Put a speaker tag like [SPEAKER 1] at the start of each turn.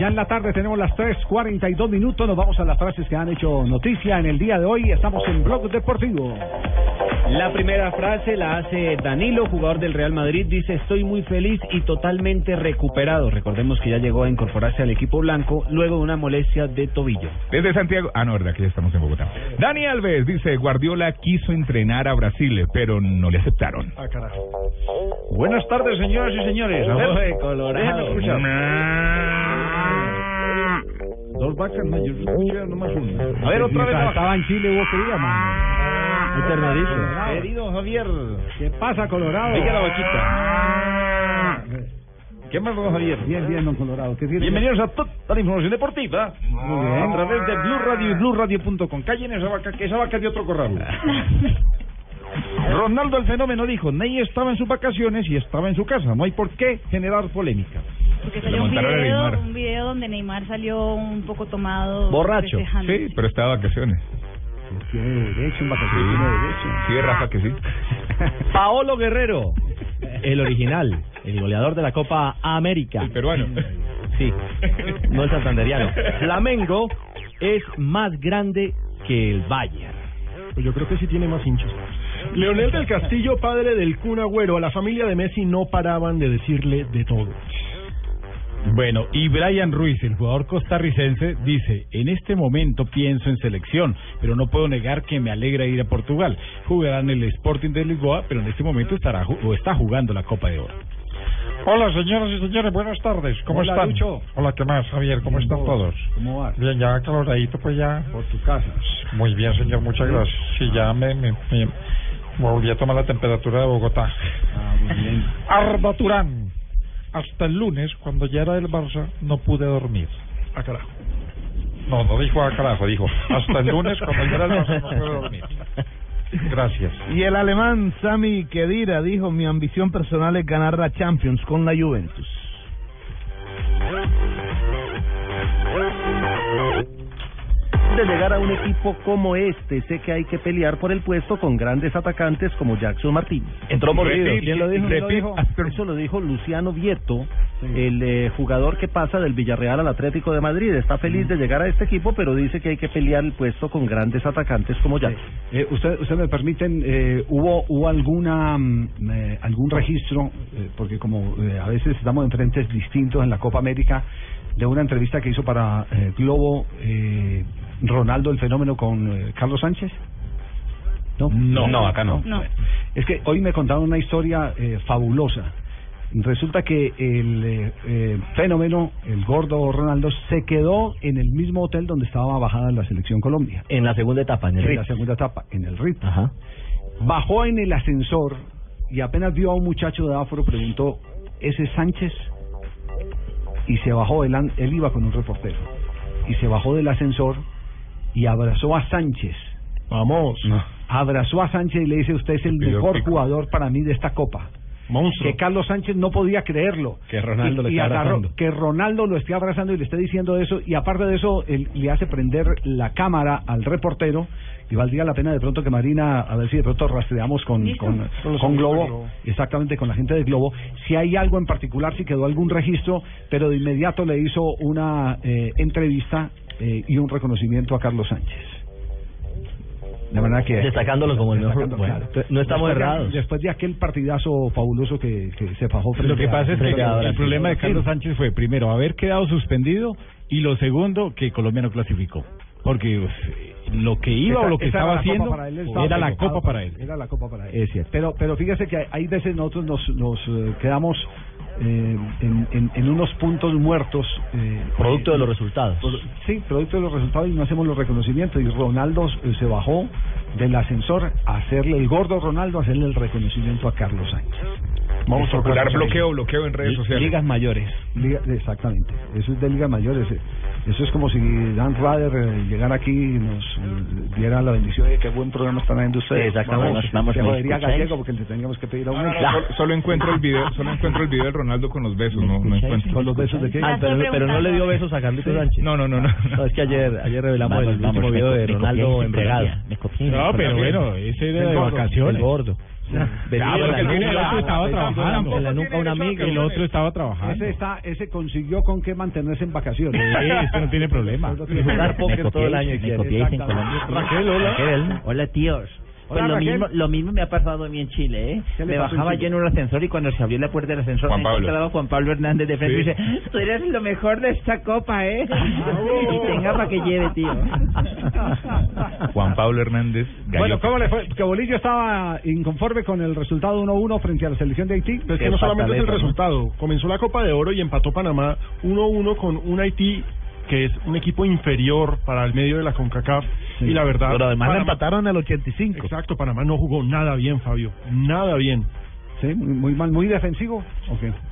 [SPEAKER 1] Ya en la tarde tenemos las 3.42 minutos. Nos vamos a las frases que han hecho noticia en el día de hoy. Estamos en Blog Deportivo.
[SPEAKER 2] La primera frase la hace Danilo, jugador del Real Madrid. Dice, estoy muy feliz y totalmente recuperado. Recordemos que ya llegó a incorporarse al equipo blanco luego de una molestia de tobillo.
[SPEAKER 3] Desde Santiago. Ah, no, verdad, que ya estamos en Bogotá. Dani Alves dice: Guardiola quiso entrenar a Brasil, pero no le aceptaron.
[SPEAKER 1] Ah, carajo. Buenas tardes, señoras y señores. A ver,
[SPEAKER 2] Oye, Colorado.
[SPEAKER 1] déjenme
[SPEAKER 3] Ah.
[SPEAKER 1] Dos vacas mayores, escuché nomás una. A ver, otra vez. Estaba en Chile, vos querías, mano.
[SPEAKER 2] Ah, Querido Javier.
[SPEAKER 1] ¿Qué pasa, Colorado?
[SPEAKER 2] Oiga la vaquita. ¿Qué más, don Javier?
[SPEAKER 1] Bien, bien, don Colorado. ¿Qué tiene?
[SPEAKER 2] Bienvenidos a toda la información deportiva.
[SPEAKER 1] Muy bien.
[SPEAKER 2] A través de Blue Radio y BlueRadio.com. Callen esa vaca, que esa vaca es de otro corral. Ronaldo el fenómeno dijo, Ney estaba en sus vacaciones y estaba en su casa. No hay por qué generar polémica.
[SPEAKER 4] Porque
[SPEAKER 3] Lo
[SPEAKER 4] salió un
[SPEAKER 3] montaron a Neymar.
[SPEAKER 4] video, un video donde Neymar salió un poco tomado.
[SPEAKER 2] Borracho.
[SPEAKER 4] festejando.
[SPEAKER 3] Sí, pero estaba de vacaciones.
[SPEAKER 1] Tiene derecho, en vacaciones tiene derecho.
[SPEAKER 3] Sí, Rafa, que sí.
[SPEAKER 2] Paolo Guerrero, el original, el goleador de la Copa América.
[SPEAKER 3] El peruano.
[SPEAKER 2] Sí, no el santanderiano. Flamengo es más grande que el Bayern.
[SPEAKER 5] Pues yo creo que sí tiene más hinchas. Leonel del Castillo, padre del Kun Agüero, a la familia de Messi no paraban de decirle de todo.
[SPEAKER 6] Bueno, y Brian Ruiz, el jugador costarricense, dice, en este momento pienso en selección, pero no puedo negar que me alegra ir a Portugal. Jugarán el Sporting de Lisboa, pero en este momento estará ju- o está jugando la Copa de Oro.
[SPEAKER 7] Hola,
[SPEAKER 3] Eh,
[SPEAKER 7] señoras y señores, buenas tardes. ¿Cómo
[SPEAKER 1] Hola,
[SPEAKER 7] están?
[SPEAKER 1] Lucho.
[SPEAKER 7] Hola, ¿qué más, Javier? ¿Cómo están todos?
[SPEAKER 1] ¿Cómo vas?
[SPEAKER 7] Bien, ya caloradito, pues ya.
[SPEAKER 1] Por tu casa.
[SPEAKER 7] Muy bien, señor, muchas gracias. Sí, ya me, me, me volví a tomar la temperatura de Bogotá.
[SPEAKER 1] Ah, muy bien.
[SPEAKER 7] Arba Turán. Hasta el lunes, cuando ya era del Barça, no pude dormir.
[SPEAKER 5] Ah, carajo.
[SPEAKER 7] No, no dijo a carajo, dijo. Hasta el lunes, cuando ya era del Barça, no pude dormir. Gracias.
[SPEAKER 8] Y el alemán Sami Khedira dijo, mi ambición personal es ganar la Champions con la Juventus. De llegar a un equipo como este, sé que hay que pelear por el puesto con grandes atacantes como Jackson Martínez.
[SPEAKER 2] Entró mordido.
[SPEAKER 3] Repeat,
[SPEAKER 2] ¿Quién lo dijo?
[SPEAKER 3] repeat.
[SPEAKER 8] Eso lo dijo- Eso lo dijo Luciano Vieto, el eh, jugador que pasa del Villarreal al Atlético de Madrid. Está feliz de llegar a este equipo, pero dice que hay que pelear el puesto con grandes atacantes como Jackson.
[SPEAKER 1] Eh, usted, usted me permiten, eh, hubo hubo alguna mm, eh, algún registro, eh, porque como eh, a veces estamos en frentes distintos en la Copa América, de una entrevista que hizo para eh, Globo eh, Ronaldo el fenómeno con eh, Carlos Sánchez. No,
[SPEAKER 3] no, acá no.
[SPEAKER 4] No.
[SPEAKER 1] Es que hoy me contaron una historia eh, fabulosa. Resulta que el eh, eh, fenómeno, el gordo Ronaldo, se quedó en el mismo hotel donde estaba bajada la selección Colombia,
[SPEAKER 2] En la segunda etapa, en el
[SPEAKER 1] en la segunda etapa, en el Ritz.
[SPEAKER 2] Ajá.
[SPEAKER 1] Bajó en el ascensor y apenas vio a un muchacho de afro, preguntó, ¿ese es Sánchez? Y se bajó, él, an- él iba con un reportero, y se bajó del ascensor y abrazó a Sánchez.
[SPEAKER 5] Vamos.
[SPEAKER 1] Abrazó a Sánchez y le dice, usted es el
[SPEAKER 3] Pidió
[SPEAKER 1] mejor
[SPEAKER 3] pico.
[SPEAKER 1] jugador para mí de esta copa.
[SPEAKER 5] Monstruo.
[SPEAKER 1] Que Carlos Sánchez no podía creerlo.
[SPEAKER 6] Que Ronaldo
[SPEAKER 1] Y-
[SPEAKER 6] le
[SPEAKER 1] y
[SPEAKER 6] está
[SPEAKER 1] agarró-
[SPEAKER 6] abrazando.
[SPEAKER 1] Que Ronaldo lo esté abrazando y le esté diciendo eso. Y aparte de eso, él le hace prender la cámara al reportero. Y valdría la pena de pronto que Marina, a ver si de pronto rastreamos con,
[SPEAKER 4] ¿Listo?
[SPEAKER 1] con,
[SPEAKER 5] Con los
[SPEAKER 1] con
[SPEAKER 5] amigos
[SPEAKER 1] Globo,
[SPEAKER 5] de Globo.
[SPEAKER 1] exactamente con la gente de Globo, si hay algo en particular, si quedó algún registro, pero de inmediato le hizo una eh, entrevista eh, y un reconocimiento a Carlos Sánchez. De manera que.
[SPEAKER 2] Destacándolo como el mejor.
[SPEAKER 1] Destacando,
[SPEAKER 2] Bueno,
[SPEAKER 1] claro.
[SPEAKER 2] no estamos
[SPEAKER 1] Después de-
[SPEAKER 2] errados.
[SPEAKER 1] después de aquel partidazo fabuloso que, que se fajó frente
[SPEAKER 6] Lo que
[SPEAKER 1] a-
[SPEAKER 6] pasa es que
[SPEAKER 1] frente a
[SPEAKER 6] el
[SPEAKER 1] Brasil.
[SPEAKER 6] problema de Carlos Sánchez fue, primero, haber quedado suspendido y lo segundo, que Colombia no clasificó. Porque pues, lo que iba o
[SPEAKER 1] Esa-
[SPEAKER 6] lo que
[SPEAKER 1] esa
[SPEAKER 6] estaba
[SPEAKER 1] era la copa
[SPEAKER 6] haciendo
[SPEAKER 1] para él, él estaba
[SPEAKER 6] era la
[SPEAKER 1] preocupado.
[SPEAKER 6] copa para él.
[SPEAKER 1] Era la copa para él. Eh, Pero, pero fíjese que hay- hay veces nosotros nos, nos eh, quedamos eh, en, en- en unos puntos muertos. eh,
[SPEAKER 2] Producto de
[SPEAKER 1] eh,
[SPEAKER 2] los resultados.
[SPEAKER 1] Por- sí, producto de los resultados y no hacemos los reconocimientos. Y Ronaldo eh, se bajó del ascensor a hacerle el gordo Ronaldo, a hacerle el reconocimiento a Carlos Sánchez.
[SPEAKER 3] Vamos a procurar bloqueo, bloqueo en redes
[SPEAKER 1] Li-
[SPEAKER 3] sociales.
[SPEAKER 1] ligas
[SPEAKER 3] mayores.
[SPEAKER 1] Liga- exactamente, eso es de Liga Mayores. eh. Eso es como si Dan Rader eh, llegara aquí y nos eh, diera la bendición de qué buen programa están haciendo ustedes.
[SPEAKER 9] Exactamente,
[SPEAKER 1] Vamos,
[SPEAKER 9] estamos
[SPEAKER 1] se
[SPEAKER 9] muy
[SPEAKER 1] jodería
[SPEAKER 9] escucháis.
[SPEAKER 1] Gallego porque le tendríamos que pedir a
[SPEAKER 3] No,
[SPEAKER 1] uno.
[SPEAKER 3] no, no, sol- solo, encuentro el video, solo encuentro el video de Ronaldo con los besos, no, no encuentro.
[SPEAKER 1] ¿Con los besos de qué?
[SPEAKER 10] Ah, pero, pero no le dio besos a Carlito Sánchez.
[SPEAKER 3] No, no, no, no.
[SPEAKER 10] No, es que ayer, ayer revelamos
[SPEAKER 9] Vamos,
[SPEAKER 10] el
[SPEAKER 9] vamos,
[SPEAKER 10] último
[SPEAKER 9] me
[SPEAKER 10] video
[SPEAKER 9] co-
[SPEAKER 10] de
[SPEAKER 9] me
[SPEAKER 10] Ronaldo
[SPEAKER 9] copiáis en
[SPEAKER 10] embriagado.
[SPEAKER 9] Colombia, me copiáis
[SPEAKER 10] no,
[SPEAKER 9] en
[SPEAKER 10] pero
[SPEAKER 9] Colombia.
[SPEAKER 10] bueno, ese
[SPEAKER 9] El
[SPEAKER 10] era de
[SPEAKER 9] gordo,
[SPEAKER 10] vacaciones.
[SPEAKER 9] el gordo.
[SPEAKER 10] Venía
[SPEAKER 9] Ah,
[SPEAKER 10] de
[SPEAKER 9] pero
[SPEAKER 10] la
[SPEAKER 9] el que
[SPEAKER 10] nuca,
[SPEAKER 9] tiene el otro estaba
[SPEAKER 10] en la-
[SPEAKER 9] trabajando.
[SPEAKER 10] En la nuca un amigo y el otro estaba trabajando.
[SPEAKER 1] Ese, está, ese consiguió con qué mantenerse en vacaciones.
[SPEAKER 10] Sí,
[SPEAKER 6] este
[SPEAKER 10] ese no tiene problema.
[SPEAKER 1] Y jugar póker todo el año,
[SPEAKER 9] Me
[SPEAKER 1] quiere.
[SPEAKER 9] copiáis en
[SPEAKER 1] Exactamente.
[SPEAKER 9] Colombia.
[SPEAKER 1] Raquel, hola.
[SPEAKER 9] Raquel, hola, tíos. Pues
[SPEAKER 1] Hola,
[SPEAKER 9] lo
[SPEAKER 1] Raquel.
[SPEAKER 9] mismo, lo mismo me ha pasado a mí en Chile, ¿eh?
[SPEAKER 1] ¿Qué le
[SPEAKER 9] Me
[SPEAKER 1] pasó en
[SPEAKER 9] bajaba
[SPEAKER 1] Chile?
[SPEAKER 9] yo en un ascensor y cuando se abrió la puerta del ascensor
[SPEAKER 3] Juan
[SPEAKER 9] me
[SPEAKER 3] Pablo.
[SPEAKER 9] encontraba Juan Pablo Hernández de frente
[SPEAKER 3] Sí.
[SPEAKER 9] y me dice, tú eres lo mejor de esta copa, ¿eh? y tenga para que lleve, tío.
[SPEAKER 3] Juan Pablo Hernández Gallo.
[SPEAKER 1] Bueno, ¿cómo le fue? Que Bolillo estaba inconforme con el resultado 1-1 frente a la selección de Haití.
[SPEAKER 6] Pero es que no solamente es el resultado. Comenzó la Copa de Oro y empató Panamá 1-1 con un Haití que es un equipo inferior para el medio de la CONCACAF. Y la verdad.
[SPEAKER 11] Pero además la
[SPEAKER 6] Panamá-
[SPEAKER 11] empataron al 85.
[SPEAKER 6] Exacto, Panamá no jugó nada bien, Fabio. Nada bien.
[SPEAKER 1] Sí, muy muy mal, muy defensivo. ¿o qué?